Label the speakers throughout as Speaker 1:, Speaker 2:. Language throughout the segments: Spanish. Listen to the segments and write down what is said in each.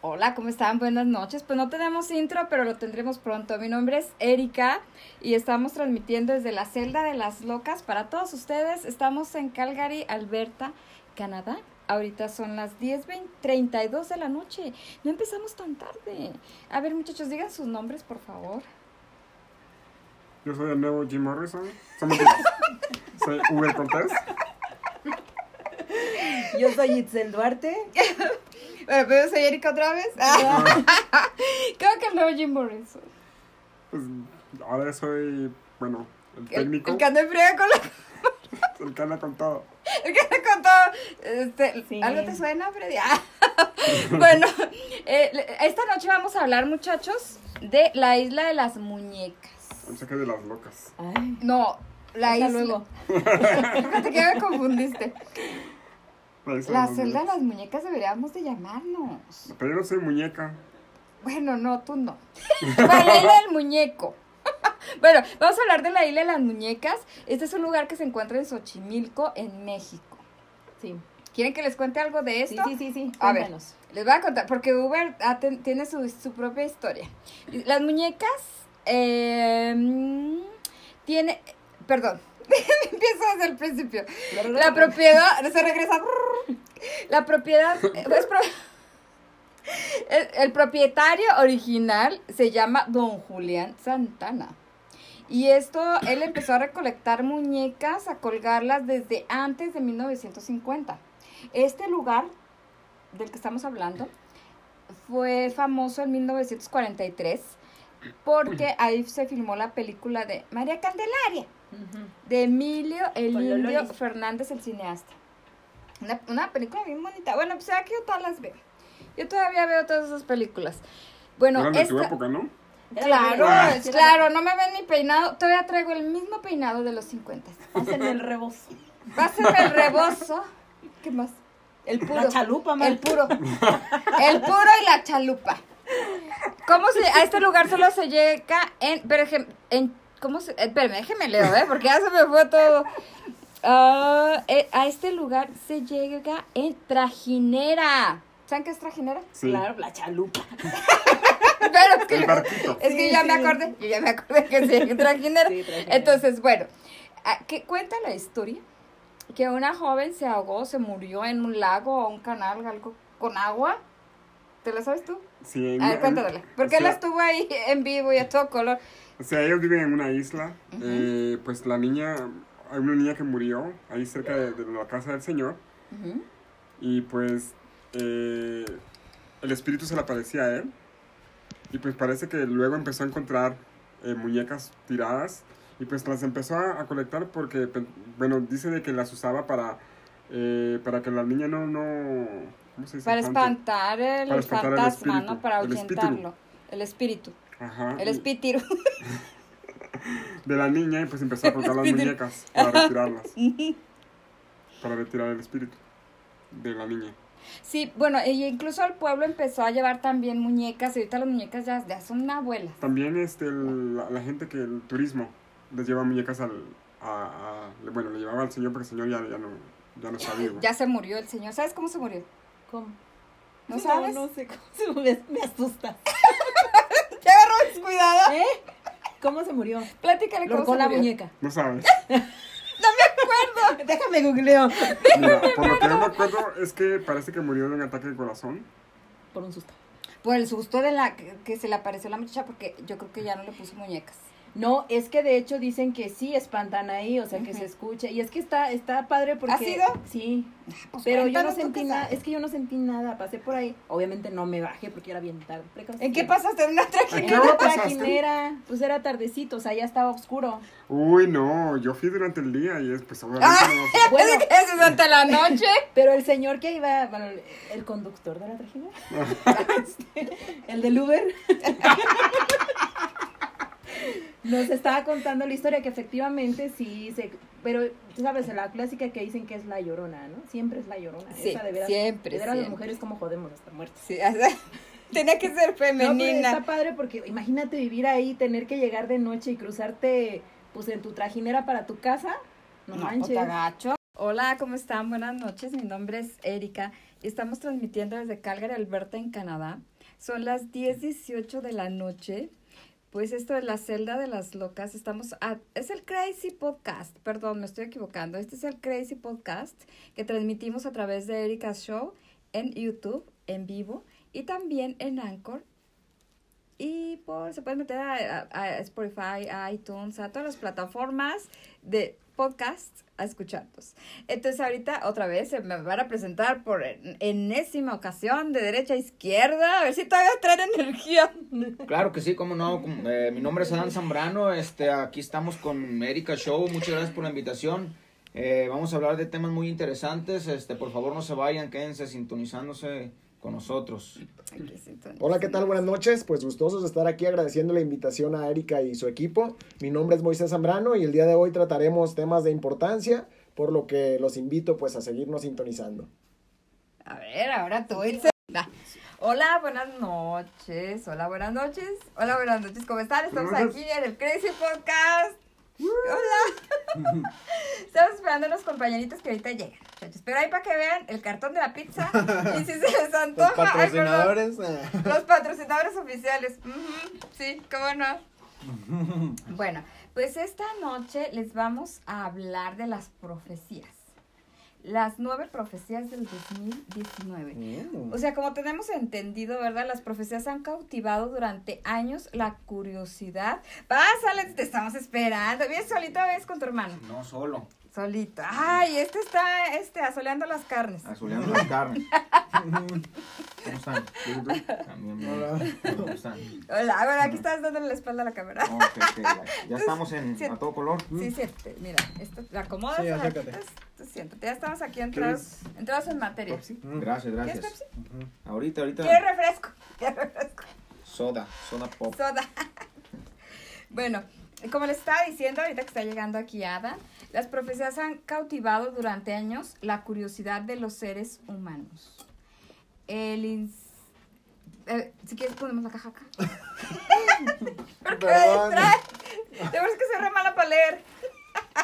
Speaker 1: Hola, ¿cómo están? Buenas noches. Pues no tenemos intro, pero lo tendremos pronto. Mi nombre es Erika y estamos transmitiendo desde la celda de las locas para todos ustedes. Estamos en Calgary, Alberta, Canadá. Ahorita son las 10.32 de la noche. No empezamos tan tarde. A ver, muchachos, digan sus nombres, por favor.
Speaker 2: Yo soy el nuevo Jim Morrison. Somos soy Uber Cortés.
Speaker 3: Yo soy Itzel Duarte.
Speaker 1: Bueno, pero yo soy Erika otra vez. Creo que el nuevo Jim Morrison.
Speaker 2: Pues, ahora soy, bueno, el
Speaker 1: El,
Speaker 2: técnico.
Speaker 1: el que anda en friega con, la-
Speaker 2: El que anda con todo.
Speaker 1: el que anda con todo. Este,
Speaker 3: Sí.
Speaker 1: ¿Algo te suena, Freddy? Ah. bueno, eh, le- esta noche vamos a hablar, muchachos, de la isla de las muñecas.
Speaker 2: El saque de las locas.
Speaker 3: Ay,
Speaker 1: No, la
Speaker 3: hasta
Speaker 1: isla.
Speaker 3: luego.
Speaker 1: Fíjate que me confundiste.
Speaker 2: La isla de
Speaker 1: La
Speaker 2: las
Speaker 1: celda de
Speaker 2: muñecas.
Speaker 1: las muñecas deberíamos de llamarnos.
Speaker 2: Pero yo no soy muñeca.
Speaker 1: Bueno, no, tú no. Bueno, la isla del muñeco. Bueno, vamos a hablar de la isla de las muñecas. Este es un lugar que se encuentra en Xochimilco, en México.
Speaker 3: Sí.
Speaker 1: ¿Quieren que les cuente algo de
Speaker 3: sí,
Speaker 1: esto?
Speaker 3: sí, sí, sí.
Speaker 1: A ver.
Speaker 3: cuéntanos.
Speaker 1: Les voy a contar, porque Uber ha ten- tiene su, su propia historia. Las muñecas eh, mm, tiene... Perdón, empiezo desde el principio. La propiedad, se regresa. La propiedad es pro- el, el propietario original se llama Don Julián Santana. Y esto, él empezó a recolectar muñecas, a colgarlas desde antes de 1950. Este lugar del que estamos hablando fue famoso en 1943 porque ahí se filmó la película de María Candelaria
Speaker 3: Ujú.
Speaker 1: de Emilio el
Speaker 3: Pololo
Speaker 1: Indio
Speaker 3: Liz.
Speaker 1: Fernández, el cineasta. Una, una película bien bonita. Bueno, pues será que yo todas las veo. Yo todavía veo todas esas películas. Bueno,
Speaker 2: Eran de tu
Speaker 1: esta-
Speaker 2: época, ¿no?
Speaker 1: Claro,
Speaker 2: Ah.
Speaker 1: es- claro, no me ven mi peinado. Todavía traigo el mismo peinado de los 50.
Speaker 3: Hacen el rebozo.
Speaker 1: Pásenme el rebozo. ¿Qué más? El puro.
Speaker 3: La chalupa, man.
Speaker 1: El puro. El puro y la chalupa. ¿Cómo se, a este lugar solo se llega en, pero ejem- en ¿cómo se, espérame, déjeme leo, ¿eh? Porque ya se me fue todo. Ah, eh, a este lugar se llega en trajinera. ¿Saben qué es trajinera?
Speaker 2: Sí.
Speaker 3: Claro, la chalupa.
Speaker 1: Pero es que,
Speaker 2: El barquito.
Speaker 1: es que
Speaker 3: Sí,
Speaker 1: yo ya me
Speaker 3: sí.
Speaker 1: acordé, yo ya me acordé que se llega en trajinera.
Speaker 3: Sí, trajinera.
Speaker 1: Entonces, bueno, a- que cuenta la historia que una joven se ahogó, se murió en un lago o un canal, algo con agua. ¿Te lo sabes tú?
Speaker 2: Sí,
Speaker 1: A ver,
Speaker 2: en-
Speaker 1: cuéntatela. Porque
Speaker 2: o
Speaker 1: él
Speaker 2: sea,
Speaker 1: estuvo ahí en vivo y a todo color.
Speaker 2: O sea, ellos viven en una isla. eh, pues la niña, hay una niña que murió ahí cerca de, de la casa del señor.
Speaker 1: Ujú.
Speaker 2: Y pues eh, el espíritu se le aparecía a él. Y pues parece que luego empezó a encontrar eh, muñecas tiradas. Y pues las empezó a, a colectar porque, pe- bueno, dice de que las usaba para, eh, para que la niña no, no... ¿Cómo se dice?
Speaker 1: Para
Speaker 2: Tanto.
Speaker 1: espantar el
Speaker 2: Para espantar al
Speaker 1: fantasma,
Speaker 2: espíritu,
Speaker 1: ¿no? Para
Speaker 2: el espíritu.
Speaker 1: ahuyentarlo. El espíritu.
Speaker 2: Ajá.
Speaker 1: El
Speaker 2: y-
Speaker 1: espíritu.
Speaker 2: De la niña y pues empezó a colocar las
Speaker 1: espíritu.
Speaker 2: muñecas para retirarlas. para retirar el espíritu de la niña.
Speaker 1: Sí, bueno, y incluso el pueblo empezó a llevar también muñecas. Y ahorita las muñecas ya, ya son abuelas.
Speaker 2: También este, el- la, la gente que el turismo les lleva muñecas al... A, a- le- bueno, le llevaba al señor porque el señor ya, ya no, ya no está vivo.
Speaker 1: Ya se murió el señor. ¿Sabes cómo se murió?
Speaker 3: ¿Cómo?
Speaker 1: ¿No sabes?
Speaker 3: No, sé cómo se me, me asusta.
Speaker 1: Ya agarró descuidada.
Speaker 3: ¿Eh? ¿Cómo se murió?
Speaker 1: Platícale cómo
Speaker 3: Lorcó
Speaker 1: se
Speaker 3: la
Speaker 1: murió.
Speaker 3: muñeca.
Speaker 2: No sabes.
Speaker 3: Déjame googleo.
Speaker 2: Mira, por lo que yo me acuerdo es que parece que murió de un ataque de corazón.
Speaker 3: Por un susto.
Speaker 1: Por el susto de la que, que se le apareció la muchacha porque yo creo que ya no le puso muñecas.
Speaker 3: No, es que de hecho dicen que sí espantan ahí, o sea, que
Speaker 1: Ujú.
Speaker 3: se escucha. Y es que está, está padre porque...
Speaker 1: ¿Has ido?
Speaker 3: Sí,
Speaker 1: Pues
Speaker 3: pero yo no
Speaker 1: cuéntanos tú
Speaker 3: sentí
Speaker 1: qué
Speaker 3: nada.
Speaker 1: sabes.
Speaker 3: Es que yo no sentí nada. Pasé por ahí. Obviamente no me bajé porque era bien tarde.
Speaker 1: ¿En qué pasaste? ¿En una
Speaker 2: ¿A
Speaker 1: trajinera?
Speaker 2: qué
Speaker 3: ¿Qué
Speaker 2: hora pasaste?
Speaker 3: trajinera, pues era tardecito, o sea, ya estaba oscuro.
Speaker 2: Uy, no, yo fui durante el día y es pues obviamente no sé.
Speaker 3: Bueno,
Speaker 1: Pensé que era durante la noche.
Speaker 3: pero el señor que iba, bueno, el conductor de la trajinera, Este, el del Uber, nos estaba contando la historia que efectivamente sí se, pero tú sabes la clásica que dicen que es la llorona, ¿no? Siempre es la llorona.
Speaker 1: Sí,
Speaker 3: Esa de veras,
Speaker 1: siempre,
Speaker 3: De veras las
Speaker 1: siempre.
Speaker 3: mujeres como jodemos hasta muertas.
Speaker 1: Sí, o sea, tenía que ser
Speaker 3: No, pero
Speaker 1: femenina.
Speaker 3: está padre porque imagínate vivir ahí, tener que llegar de noche y cruzarte pues en tu trajinera para tu casa. No,
Speaker 1: No,
Speaker 3: manches.
Speaker 1: pues, agacho. Hola, ¿cómo están? Buenas noches, mi nombre es Erika Estamos transmitiendo desde Calgary, Alberta, en Canadá. Son las 10.18 de la noche. Pues esto es la celda de las locas. Estamos a- es el Crazy Podcast. Perdón, me estoy equivocando. Este es el Crazy Podcast que transmitimos a través de Erika's Show en YouTube en vivo y también en Anchor. Y por, se pueden meter a, a- a Spotify, a iTunes, a todas las plataformas de podcast a escucharnos. Entonces ahorita otra vez se me van a presentar por en- enésima ocasión de derecha a izquierda. A ver si todavía traen energía.
Speaker 4: Claro que sí, cómo no. cómo- eh, mi nombre es Adán Zambrano. Este, aquí estamos con Erika Show. Muchas gracias por la invitación. Eh, vamos a hablar de temas muy interesantes. Este, por favor, no se vayan, quédense sintonizándose con nosotros.
Speaker 1: este
Speaker 5: Hola, ¿qué tal? Buenas noches. Pues gustosos de estar aquí agradeciendo la invitación a Erika y su equipo. Mi nombre es Moisés Zambrano y el día de hoy trataremos temas de importancia, por lo que los invito pues a seguirnos sintonizando.
Speaker 1: A ver, ahora tú, Ilse. Va. Hola, buenas noches. Hola, buenas noches. Hola, buenas noches. ¿Cómo están? Estamos
Speaker 2: Buenas
Speaker 1: aquí en el Crazy Podcast. Hola. Estamos esperando a los compañeritos que ahorita llegan. muchachos. Pero ahí para que vean el cartón de la pizza. Y si se les antoja.
Speaker 6: Los
Speaker 1: ay,
Speaker 6: patrocinadores.
Speaker 1: perdón, los patrocinadores oficiales. Ujú, Sí, cómo no. Bueno, pues esta noche les vamos a hablar de las profecías. Las nueve profecías del 2019.
Speaker 6: Mm.
Speaker 1: O sea, como tenemos entendido, ¿verdad? Las profecías han cautivado durante años la curiosidad. Pásale, te estamos esperando. Bien, solito ves con tu hermano.
Speaker 4: No solo,
Speaker 1: Solito. Ay, este está este, asoleando las carnes.
Speaker 4: azuleando las carnes. ¿Cómo están? También, bien. ¿Cómo están?
Speaker 1: Hola, bueno, aquí estás dándole la espalda a la cámara.
Speaker 4: No, que- que ya- ya estamos en, a todo color.
Speaker 1: Sí, siéntate. Mira, esto, la acomodas.
Speaker 6: Mm. Sí,
Speaker 1: a la-
Speaker 6: acércate.
Speaker 1: esto, siéntate. Ya estamos aquí entrados, entrados en materia.
Speaker 4: Gracias,
Speaker 1: ¿Quieres
Speaker 4: gracias.
Speaker 1: Pepsi?
Speaker 4: Ahorita,
Speaker 1: ¿Quieres
Speaker 4: ahorita.
Speaker 1: refresco? ¿Quieres refresco?
Speaker 4: Soda, soda pop.
Speaker 1: Soda. bueno, como les estaba diciendo ahorita que está llegando aquí Ada, las profecías han cautivado durante años la curiosidad de los seres humanos. El ins- eh, si quieres ponemos la caja acá. Porque me
Speaker 6: Perdón.
Speaker 1: distrae. Tenemos que ser re mala para leer.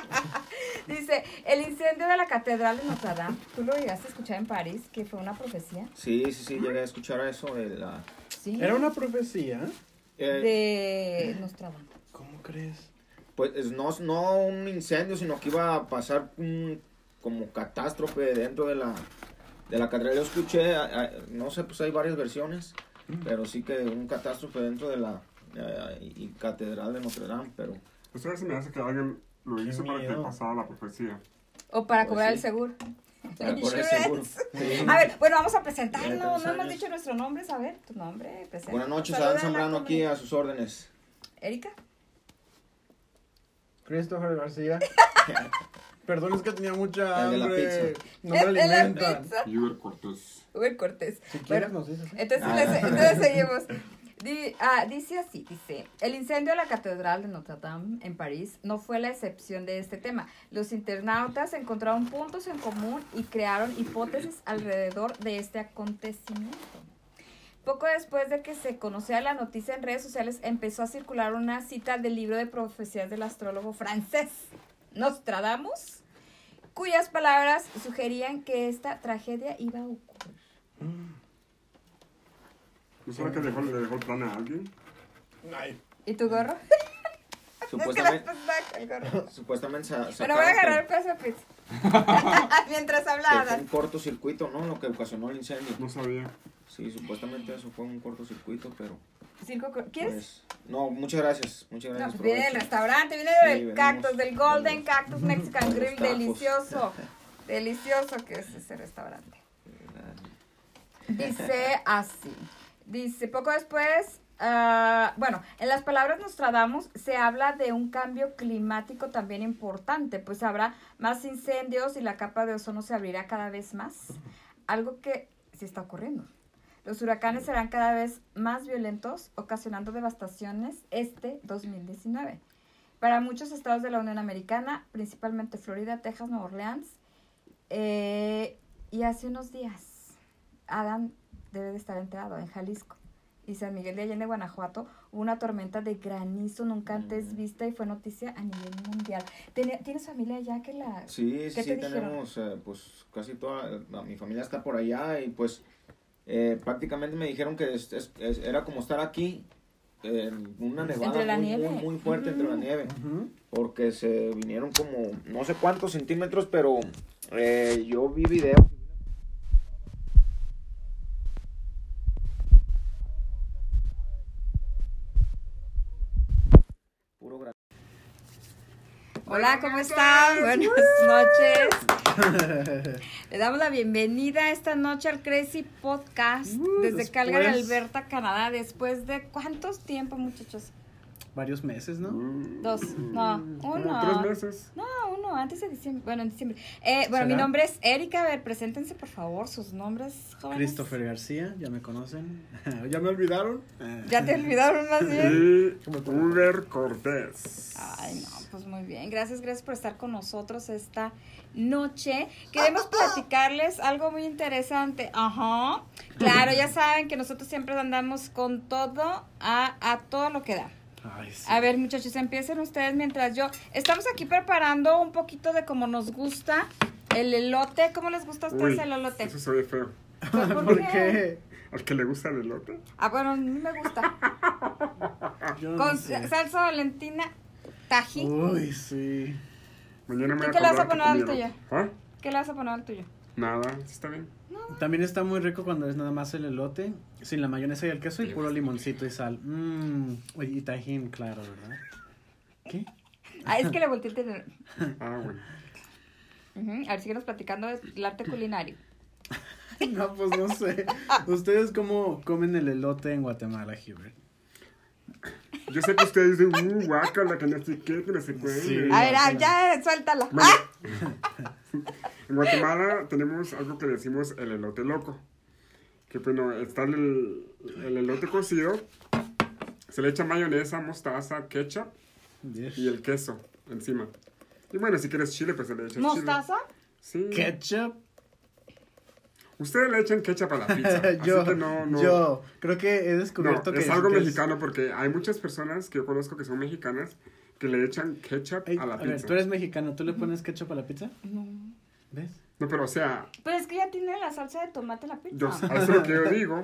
Speaker 1: Dice, el incendio de la catedral de Notre Dame, tú lo llegaste a escuchar en París, que fue una profecía.
Speaker 4: Sí, sí, sí, llegué a escuchar eso de la...
Speaker 1: Sí.
Speaker 6: Era una profecía.
Speaker 4: eh,
Speaker 1: de Nostradamus.
Speaker 6: ¿Cómo crees?
Speaker 4: Pues es- no, no un incendio, sino que iba a pasar un como catástrofe dentro de la, de la catedral. Yo escuché, a- a- no sé, pues hay varias versiones, pero sí que un catástrofe dentro de la eh, y- y catedral de Notre Dame, pero
Speaker 1: Ah.
Speaker 2: Eso se me hace que alguien lo
Speaker 6: Qué
Speaker 2: hizo para que
Speaker 6: miedo.
Speaker 2: pasara la profecía.
Speaker 1: O para
Speaker 4: Pues
Speaker 1: cobrar
Speaker 4: sí.
Speaker 1: el seguro.
Speaker 4: para correr
Speaker 1: Insurance.
Speaker 4: seguro.
Speaker 1: A ver, bueno, vamos a
Speaker 4: Ya
Speaker 1: presentarnos.
Speaker 4: tenemos
Speaker 1: No hemos
Speaker 4: años.
Speaker 1: dicho nuestro nombre. A ver, tu nombre. pues, eh, presenta.
Speaker 4: Buenas noches,
Speaker 1: Saluda
Speaker 4: Adán
Speaker 1: a la
Speaker 4: Zambrano aquí
Speaker 1: comunidad.
Speaker 4: a sus órdenes.
Speaker 1: Erika.
Speaker 6: Christopher García. Perdón, es que tenía mucha
Speaker 4: El de la
Speaker 6: hambre.
Speaker 4: pizza.
Speaker 6: No me
Speaker 1: El de la
Speaker 6: alimentan.
Speaker 1: pizza.
Speaker 2: Uber Cortés.
Speaker 1: Uber Cortés.
Speaker 6: Si quieres,
Speaker 1: Bueno,
Speaker 6: nos dices. ¿eh?
Speaker 1: entonces,
Speaker 4: Ah,
Speaker 1: les-
Speaker 4: no.
Speaker 1: entonces seguimos. Di- ah, dice así, dice, el incendio de la catedral de Notre Dame en París no fue la excepción de este tema. Los internautas encontraron puntos en común y crearon hipótesis alrededor de este acontecimiento. Poco después de que se conociera la noticia en redes sociales, empezó a circular una cita del libro de profecías del astrólogo francés Nostradamus, cuyas palabras sugerían que esta tragedia iba a ocurrir.
Speaker 2: ¿No será que dejó- le dejó el plan a alguien?
Speaker 6: Ay,
Speaker 1: ¿Y tu gorro? Es que la
Speaker 4: Supuestamente,
Speaker 1: estás- el gorro.
Speaker 4: supuestamente sa-
Speaker 1: Bueno, voy a
Speaker 4: sacaron
Speaker 1: agarrar el
Speaker 4: que-
Speaker 1: pedazo de pizza. Mientras
Speaker 4: que fue
Speaker 1: hablabas.
Speaker 4: un cortocircuito, ¿no? Lo que ocasionó el incendio.
Speaker 2: No sabía.
Speaker 4: Sí, supuestamente eso fue un cortocircuito, pero...
Speaker 1: Cinco cro- ¿Quieres?
Speaker 4: Pues, no, muchas gracias. Muchas
Speaker 1: No, pues
Speaker 4: gracias. por
Speaker 1: viene del
Speaker 4: eso.
Speaker 1: restaurante, viene
Speaker 4: Sí,
Speaker 1: del
Speaker 4: venimos
Speaker 1: cactus, del Golden
Speaker 4: de los-
Speaker 1: Cactus Mexican
Speaker 4: de los
Speaker 1: Grill,
Speaker 4: tacos.
Speaker 1: delicioso. Delicioso que es ese restaurante. Dice así. Dice, poco después, ah, bueno, en las palabras Nostradamus se habla de un cambio climático también importante, pues habrá más incendios y la capa de ozono se abrirá cada vez más, algo que sí está ocurriendo. Los huracanes serán cada vez más violentos, ocasionando devastaciones este 2019. Para muchos estados de la Unión Americana, principalmente Florida, Texas, Nueva Orleans, eh, y hace unos días Adán debe de estar enterado en Jalisco. y San Miguel de Allende, Guanajuato, hubo una tormenta de granizo nunca
Speaker 6: Mm.
Speaker 1: antes vista y fue noticia a nivel mundial. Tene- ¿Tienes familia allá que la...?
Speaker 4: Sí, sí,
Speaker 1: ¿Qué te dijeron?
Speaker 4: tenemos, eh, pues casi toda la- mi familia está por allá y pues eh, prácticamente me dijeron que es- es- es- era como estar aquí, en una nevada
Speaker 1: Entre la
Speaker 4: muy,
Speaker 1: nieve.
Speaker 4: muy, muy fuerte entre la nieve,
Speaker 6: Ujú.
Speaker 4: porque se vinieron como no sé cuántos centímetros, pero eh, yo vi videos. Puro gra-
Speaker 1: Hola, ¿cómo están? Buenas noches. Le damos la bienvenida esta noche al Crazy Podcast
Speaker 6: Uh,
Speaker 1: desde
Speaker 6: después-
Speaker 1: Calgary, Alberta, Canadá. Después de cuántos tiempo, muchachos?
Speaker 6: Varios meses, ¿no?
Speaker 1: Dos, no, uno.
Speaker 2: Mm. Tres meses.
Speaker 1: No, uno, antes de diciembre. Bueno, en diciembre. Eh, bueno, mi
Speaker 6: ¿Será?
Speaker 1: nombre es Erika. A ver, preséntense, por favor, sus nombres jóvenes.
Speaker 6: Christopher García, ya me conocen. ya me olvidaron.
Speaker 1: Ya te olvidaron más bien.
Speaker 2: Y Uber Cortés.
Speaker 1: Ay, no, pues muy bien. Gracias, gracias por estar con nosotros esta noche. Queremos platicarles algo muy interesante. Ajá. Claro, ya saben que nosotros siempre andamos con todo a, a todo lo que da.
Speaker 6: Ay, sí.
Speaker 1: A ver, muchachos, empiecen ustedes mientras yo. Estamos aquí preparando un poquito de como nos gusta el elote. ¿Cómo les gusta a ustedes
Speaker 2: Uy,
Speaker 1: el elote?
Speaker 2: Eso se ve feo.
Speaker 1: Pues,
Speaker 6: ¿Por qué?
Speaker 2: Al que le gusta el elote.
Speaker 1: Ah, bueno, a mí me gusta.
Speaker 6: Ah. Yo no
Speaker 1: Con
Speaker 6: sé.
Speaker 1: salsa valentina, tajín.
Speaker 6: Uy, sí.
Speaker 2: Mañana me voy
Speaker 1: ¿Tú
Speaker 2: a
Speaker 1: qué le vas a
Speaker 2: comprar
Speaker 1: poner al
Speaker 2: comida. ¿Ah?
Speaker 1: ¿Qué le vas a poner al tuyo?
Speaker 2: Nada, sí está bien.
Speaker 6: También está muy rico cuando es nada más el elote, sin la mayonesa y el queso y puro limoncito y sal. Mmm, y tajín, claro, ¿verdad? ¿Qué?
Speaker 1: Ah, es que le volteé el tenedor.
Speaker 2: Ah, bueno.
Speaker 1: Ujú, A ver, síguenos platicando del arte culinario.
Speaker 6: No, pues no sé. ¿Ustedes cómo comen el elote en Guatemala, Hubert?
Speaker 2: Yo sé que ustedes dicen, uh, guácala, que no sé qué, que no sé cuál.
Speaker 6: Sí.
Speaker 1: A ver, ah, ya, suéltala.
Speaker 2: Bueno,
Speaker 1: ¡Ah!
Speaker 2: en Guatemala tenemos algo que decimos el elote loco. Que bueno, está el, el elote cocido, se le echa mayonesa, mostaza, ketchup y el queso encima. Y bueno, si quieres chile, pues se le echa
Speaker 1: ¿Mostaza?
Speaker 2: chile. Sí.
Speaker 6: ¿Ketchup?
Speaker 2: Ustedes le echan ketchup a la pizza.
Speaker 6: yo,
Speaker 2: así que no, no.
Speaker 6: yo creo que he
Speaker 2: No,
Speaker 6: descubierto que
Speaker 2: es algo
Speaker 6: que
Speaker 2: mexicano porque hay muchas personas que yo conozco que son mexicanas que le echan ketchup
Speaker 6: Ey,
Speaker 2: a la
Speaker 6: a ver,
Speaker 2: pizza.
Speaker 6: tú eres mexicano, ¿tú le pones ketchup a la pizza?
Speaker 1: No.
Speaker 6: ¿Ves?
Speaker 2: No, pero o sea,
Speaker 1: Pero es que ya tiene la salsa de tomate en la pizza.
Speaker 2: yo, a eso es lo que yo digo,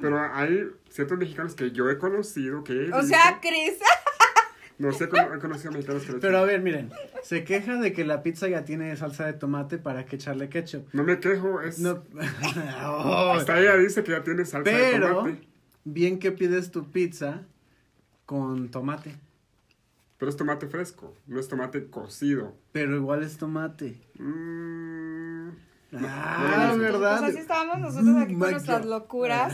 Speaker 2: pero hay ciertos mexicanos que yo he conocido que...
Speaker 1: O sea, Cris.
Speaker 2: No sé, cómo he conocido mexicanos que le
Speaker 6: Pero a
Speaker 2: echan-
Speaker 6: ver, miren, se queja de que la pizza ya tiene salsa de tomate para que echarle ketchup.
Speaker 2: No me quejo, es...
Speaker 6: No. Oh.
Speaker 2: Hasta ella dice que ya tiene salsa de
Speaker 6: Pero,
Speaker 2: tomate,
Speaker 6: bien que pides tu pizza con tomate.
Speaker 2: pero es tomate fresco, no es tomate cocido.
Speaker 6: Pero igual es tomate.
Speaker 2: Mm,
Speaker 6: Ah, ¿verdad?
Speaker 1: Pues así estábamos nosotros aquí
Speaker 6: Mm,
Speaker 1: con
Speaker 6: my
Speaker 1: nuestras
Speaker 6: God.
Speaker 1: locuras.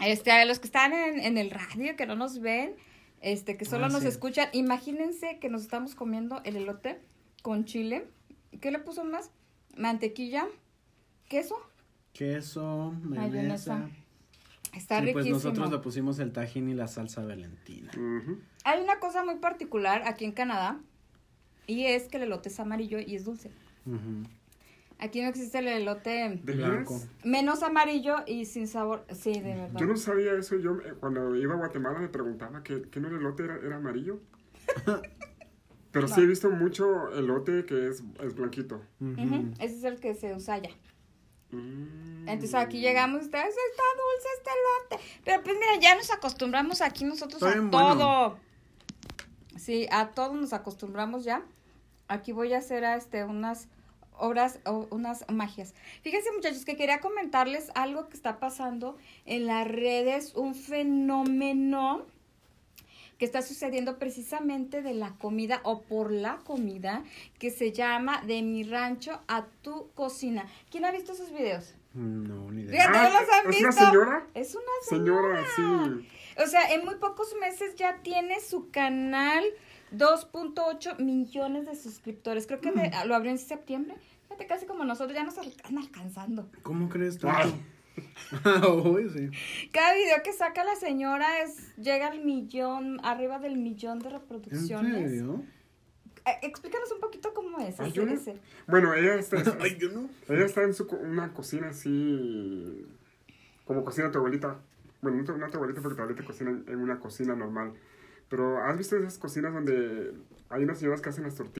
Speaker 1: Este, a los que están en, en el radio, que no nos ven, este, que solo
Speaker 6: Ah,
Speaker 1: nos
Speaker 6: sí.
Speaker 1: escuchan, imagínense que nos estamos comiendo el elote con chile. ¿Qué le puso más? Mantequilla, queso.
Speaker 6: Queso,
Speaker 1: Mayonesa.
Speaker 6: mayonesa.
Speaker 1: Está
Speaker 6: Sí, pues
Speaker 1: riquísimo.
Speaker 6: nosotros le pusimos el tajín y la salsa valentina.
Speaker 2: ujú.
Speaker 1: Hay una cosa muy particular aquí en Canadá y es que el elote es amarillo y es dulce.
Speaker 6: Ujú.
Speaker 1: Aquí no existe el elote
Speaker 2: ¿De
Speaker 6: Blanco.
Speaker 2: veras?
Speaker 1: menos amarillo y sin sabor. Sí, de verdad.
Speaker 2: Yo no sabía eso, yo eh, cuando iba a Guatemala me preguntaba que, que no el elote era, era amarillo. Pero sí he visto mucho elote que es, es blanquito.
Speaker 6: Ujú.
Speaker 1: Ujú, Ese es el que se usa allá.
Speaker 2: Mm.
Speaker 1: Entonces aquí llegamos, ustedes, está dulce este elote. Pero pues mira, ya nos acostumbramos aquí nosotros
Speaker 6: Está
Speaker 1: a
Speaker 6: bien bueno.
Speaker 1: todo. Sí, a todo nos acostumbramos ya. Aquí voy a hacer a, este unas obras o unas magias. Fíjense muchachos que quería comentarles algo que está pasando en las redes, un fenómeno que está sucediendo precisamente de la comida o por la comida que se llama de mi rancho a tu cocina. ¿Quién ha visto esos videos?
Speaker 6: No, ni
Speaker 1: Fíjate,
Speaker 6: idea.
Speaker 1: no los han
Speaker 2: Ah, ¿es una
Speaker 1: visto.
Speaker 2: señora?
Speaker 1: Es una
Speaker 2: Señora, sí.
Speaker 1: o sea, en muy pocos meses ya tiene su canal 2.8 millones de suscriptores. Creo que
Speaker 2: Mm.
Speaker 1: de- lo abrió en septiembre. Fíjate, casi como nosotros ya nos al- están alcanzando.
Speaker 6: ¿Cómo crees tú?
Speaker 2: Ay.
Speaker 6: Uy, sí.
Speaker 1: Cada video que saca la señora es llega al millón, arriba del millón de
Speaker 6: ¿En
Speaker 1: reproducciones.
Speaker 6: serio?
Speaker 1: Eh, explícanos un poquito cómo es ese.
Speaker 2: Ay, Ah, yo no-
Speaker 1: ese.
Speaker 2: Bueno, ella está,
Speaker 6: Ay, yo no.
Speaker 2: ella está en su, co- una cocina así, como cocina tu abuelita. Bueno, no tu, no tu abuelita porque tu abuelita cocina en, en una cocina normal. Pero ¿has visto esas cocinas donde hay unas señoras que hacen las tortillas?